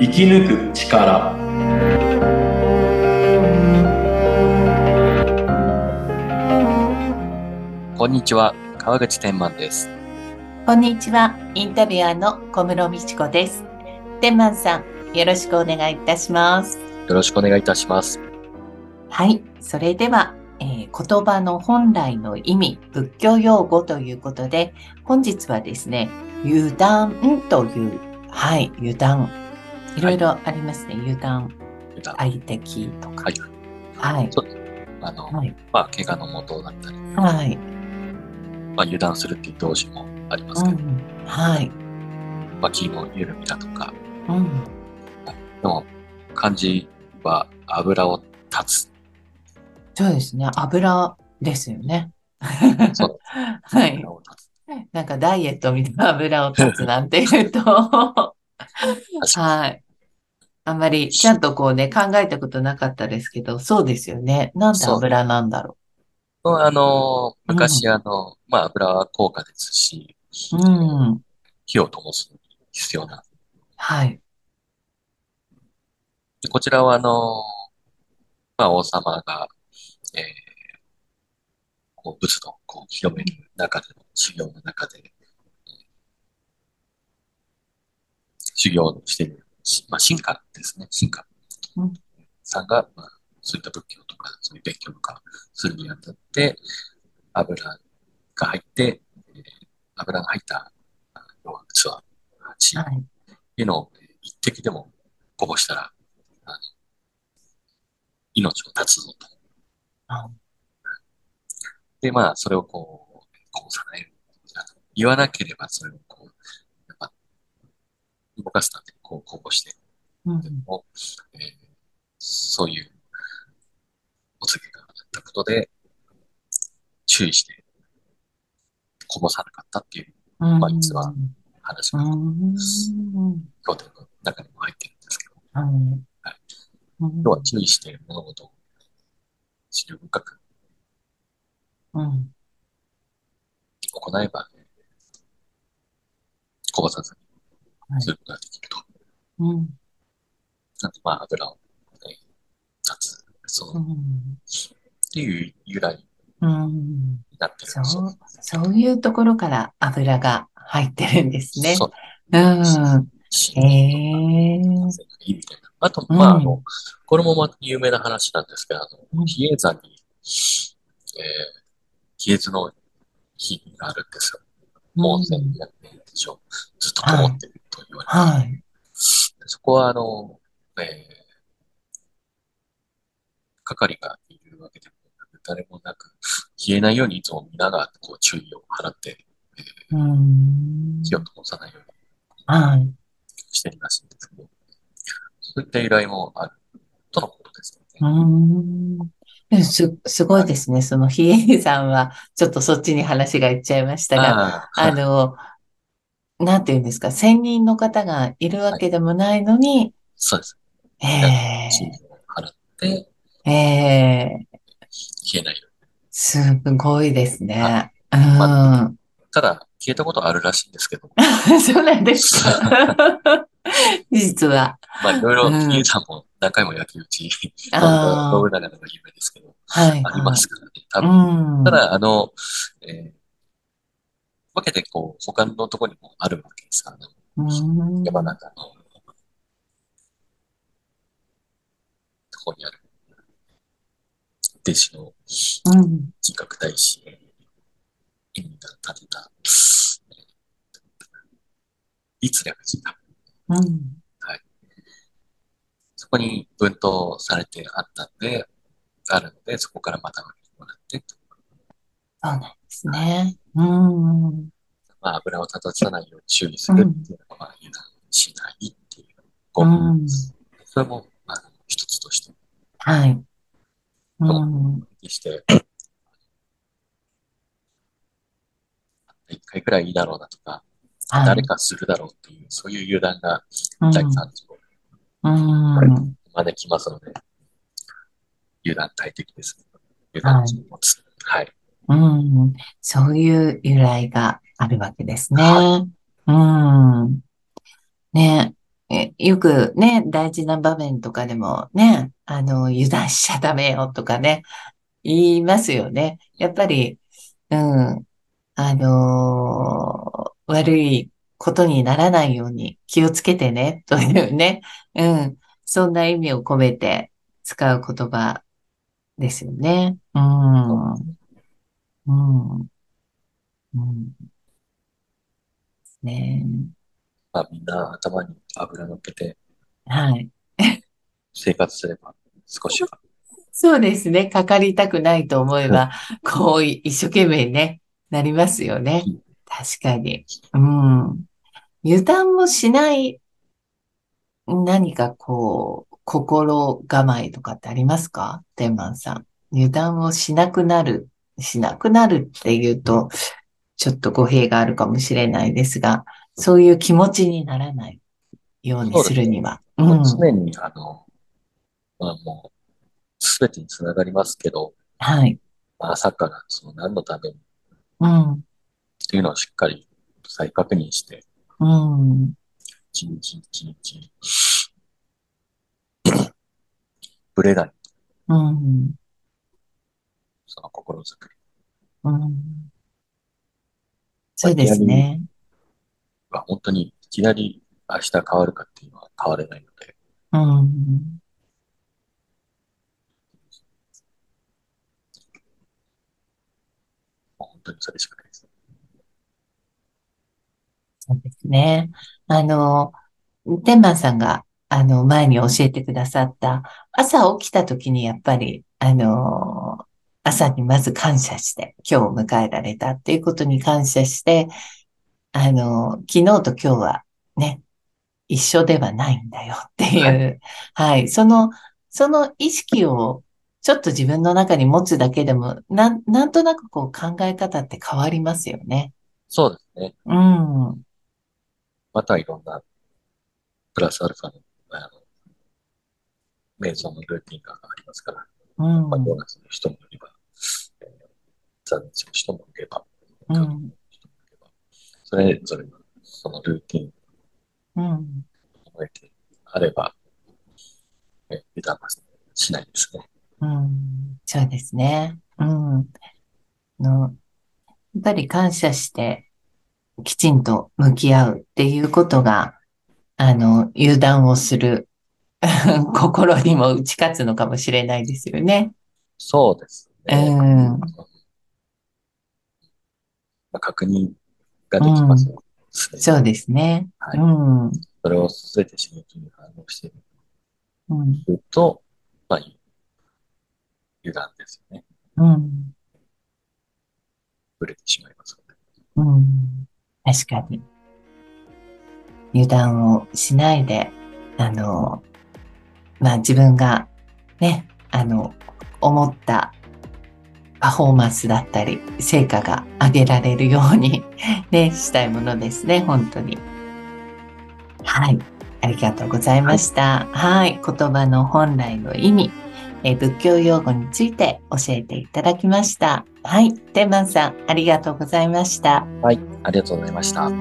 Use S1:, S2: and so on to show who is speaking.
S1: 生き抜く力
S2: こんにちは、川口天満です。
S3: こんにちは。インタビュアーの小室美智子です。天満さん、よろしくお願いいたします。
S2: よろしくお願いいたします。
S3: はい。それでは、えー言葉の本来の意味、仏教用語ということで、本日はですね、油断という、はい、油断。いろいろありますね。油断、
S2: はい、
S3: 相敵とか。
S2: はい
S3: はい。
S2: そうあの、
S3: はい。
S2: まあ、怪我の元だったり、
S3: はい。
S2: まあ、油断するっていう動詞もありま
S3: う
S2: すけど、
S3: ん。はい。
S2: まあ、気の緩みだとか、
S3: うん。
S2: の漢字は油を断つ。
S3: そうですね。油ですよね。
S2: そう
S3: はい。
S2: 油を断つ。
S3: なんかダイエットみたいな油を断つなんて言 う と、はい。あんまりちゃんとこうね、考えたことなかったですけど、そうですよね。なんで
S2: そう
S3: 油なんだろ
S2: まああの、昔、
S3: うん
S2: あの、まあ、油は高価ですし、火
S3: う。うん。
S2: 火を灯すのに必要な。
S3: はい。
S2: でこちらは、あの、まあ、王様が、えー、こう、仏の、こう、広める中での修行の中で、えー修行をしている、しまあ、進化ですね、進化
S3: うん
S2: さんが、まあ、そういった仏教とか、そういう勉強とかするにあたって、油が入って、えー油が入った、あ要は器、鉢、
S3: はい。
S2: っていうのを一滴でもこぼしたら、あの命を絶つぞと
S3: あ。
S2: で、まあ、それをこう、こぼさない。あの言わなければそれをこう、やっぱ、動かすなんて、こう、こぼして
S3: うん
S2: でも、えーそういうお告げがあったことで、注意して、こぼさなかったっていう
S3: うん。
S2: まあ実は話
S3: う
S2: が、
S3: ん。
S2: 経典の中にも入ってるんですけど、
S3: うん
S2: はい
S3: うん
S2: 要は注意して物事を知慮深く
S3: うん。
S2: 行えば、こぼさず
S3: は
S2: に
S3: い
S2: することができると。
S3: うん。
S2: なんで、まあ、油を、えー、立つ、そうう、っ
S3: ん。
S2: ていう由来
S3: うん。
S2: になってる
S3: そ
S2: んですよ
S3: う、そういうところから油が入ってるんですね。
S2: そう。
S3: うん。へえ。
S2: いいみたいな。あと、まあ、
S3: うん
S2: あの、これもまた有名な話なんですが、あ
S3: う
S2: の、
S3: ん
S2: 比叡山に、えー、比叡津の火があるんですよ。もう1200年以上、ずっと灯ってると言われている
S3: はい。
S2: そこは、あの、えー、係がいるわけでもなく、誰もなく、消えないようにいつも皆がこう注意を払って、
S3: うん。
S2: 火を灯さないように
S3: はい。
S2: してるらしいんですけど、そういった由来もあるとのことですよ
S3: う
S2: ね。
S3: ーんす、すごいですね。その比叡山は、ちょっとそっちに話がいっちゃいましたが、
S2: ああ
S3: あの、なんていうんですか、専任の方がいるわけでもないのに、
S2: そうです。
S3: え
S2: 注意を払って、
S3: ー、えー、
S2: 消えないよう
S3: すごいですね。うん。
S2: はに。ただ、消えたことあるらしいんですけ ど、ま
S3: そうなんですか。実は。
S2: あ、いろいろ、
S3: うん
S2: 比叡山も何回も焼き打ち、
S3: あ
S2: 信
S3: ー
S2: 長の方が有名ですけど、
S3: はい、
S2: ありますからね。多
S3: う
S2: 分
S3: ん。
S2: ただ、あの、えー、分けてこう、他のとこにもあるわけですからね。
S3: うん、
S2: 山中の、とこにある、弟子の
S3: うん。
S2: 人格大師、意味が立てた、立略寺か。
S3: うん。
S2: そこに分党されてあったんで、あるので、そこからまた分けてもらって、
S3: そうなんですね。うん。
S2: まあ、油を立たさないように注意するっていうのは、油断しないっていう。こう
S3: うん
S2: それも、あの、一つとして、
S3: はい。うん。
S2: にして、一回くらいいいだろうなとか、
S3: はい
S2: 誰かするだろうっていう、そういう油断が
S3: うん
S2: 第三次を
S3: うん。
S2: 招きますので、油断大敵です。油断を持つ。はい。
S3: うん。そういう由来があるわけですね。
S2: は
S3: うん。ね。えよくね、大事な場面とかでもね、あの、油断しちゃダメよとかね、言いますよね。やっぱり、うん、あのー悪いことにならないように気をつけてね、というね、うん、そんな意味を込めて使う言葉ですよね。うん。うん。うん。ね
S2: まあみんな頭に油乗っけて
S3: はい。
S2: 生活すれば少しは。
S3: そうですね。かかりたくないと思えば、こう、一生懸命ね、なりますよね
S2: うん。
S3: 確かに。うん。油断もしない、何かこう、心構えとかってありますか天満さん。油断をしなくなる。しなくなるっていうと、ちょっと語弊があるかもしれないですが、そういう気持ちにならないようにするには。うん。
S2: 常に、あの、まあもう、すべてにつながりますけど、
S3: はい。
S2: まあ朝からその何のためにっ
S3: うん。
S2: ていうのをしっかり再確認して、
S3: うん。
S2: 一日一日、ぶれない、
S3: うん。
S2: その心づくり
S3: うんそうですね。
S2: は本当にいきなり明日変わるかっていうのは変われないので、
S3: うん。
S2: もう本当にそれしかないです。
S3: そうですね。あの、天満さんが、あの、前に教えてくださった、朝起きた時にやっぱり、あの、朝にまず感謝して、今日を迎えられたっていうことに感謝して、あの、昨日と今日はね、一緒ではないんだよっていう、はい、その、その意識をちょっと自分の中に持つだけでも、なん、なんとなくこう考え方って変わりますよね。
S2: そうですね。
S3: うん。
S2: またいろんな、プラスアルファの、あの、瞑想のルーティンがありますから、
S3: うん
S2: まあ、ボーナスの人もいれば、えー残念の人もいれば、
S3: うん
S2: 韓国の人もいれば、それぞれのそのルーティン
S3: うん。
S2: を覚えてあれば、えー、油断はしないですね。
S3: うん。そうですね。うん。の、やっぱり感謝して、きちんと向き合うっていうことが、あの、油断をする 心にも打ち勝つのかもしれないですよね。
S2: そうですね。
S3: うん
S2: まあ、確認ができますね。
S3: そうですね。
S2: はい
S3: うん。う
S2: それを全て刺激に反応してい
S3: ん。
S2: ると、まあ、油断ですよね。
S3: うん。
S2: ぶれてしまいますので。
S3: うん、確かに。油断をしないで、あの、まあ自分がね、あの、思ったパフォーマンスだったり、成果が上げられるように ね、したいものですね、本当に。はい。ありがとうございました。はい。言葉の本来の意味、えー仏教用語について教えていただきました。はい。天満さん、ありがとうございました。
S2: はい、ありがとうございました。
S3: 「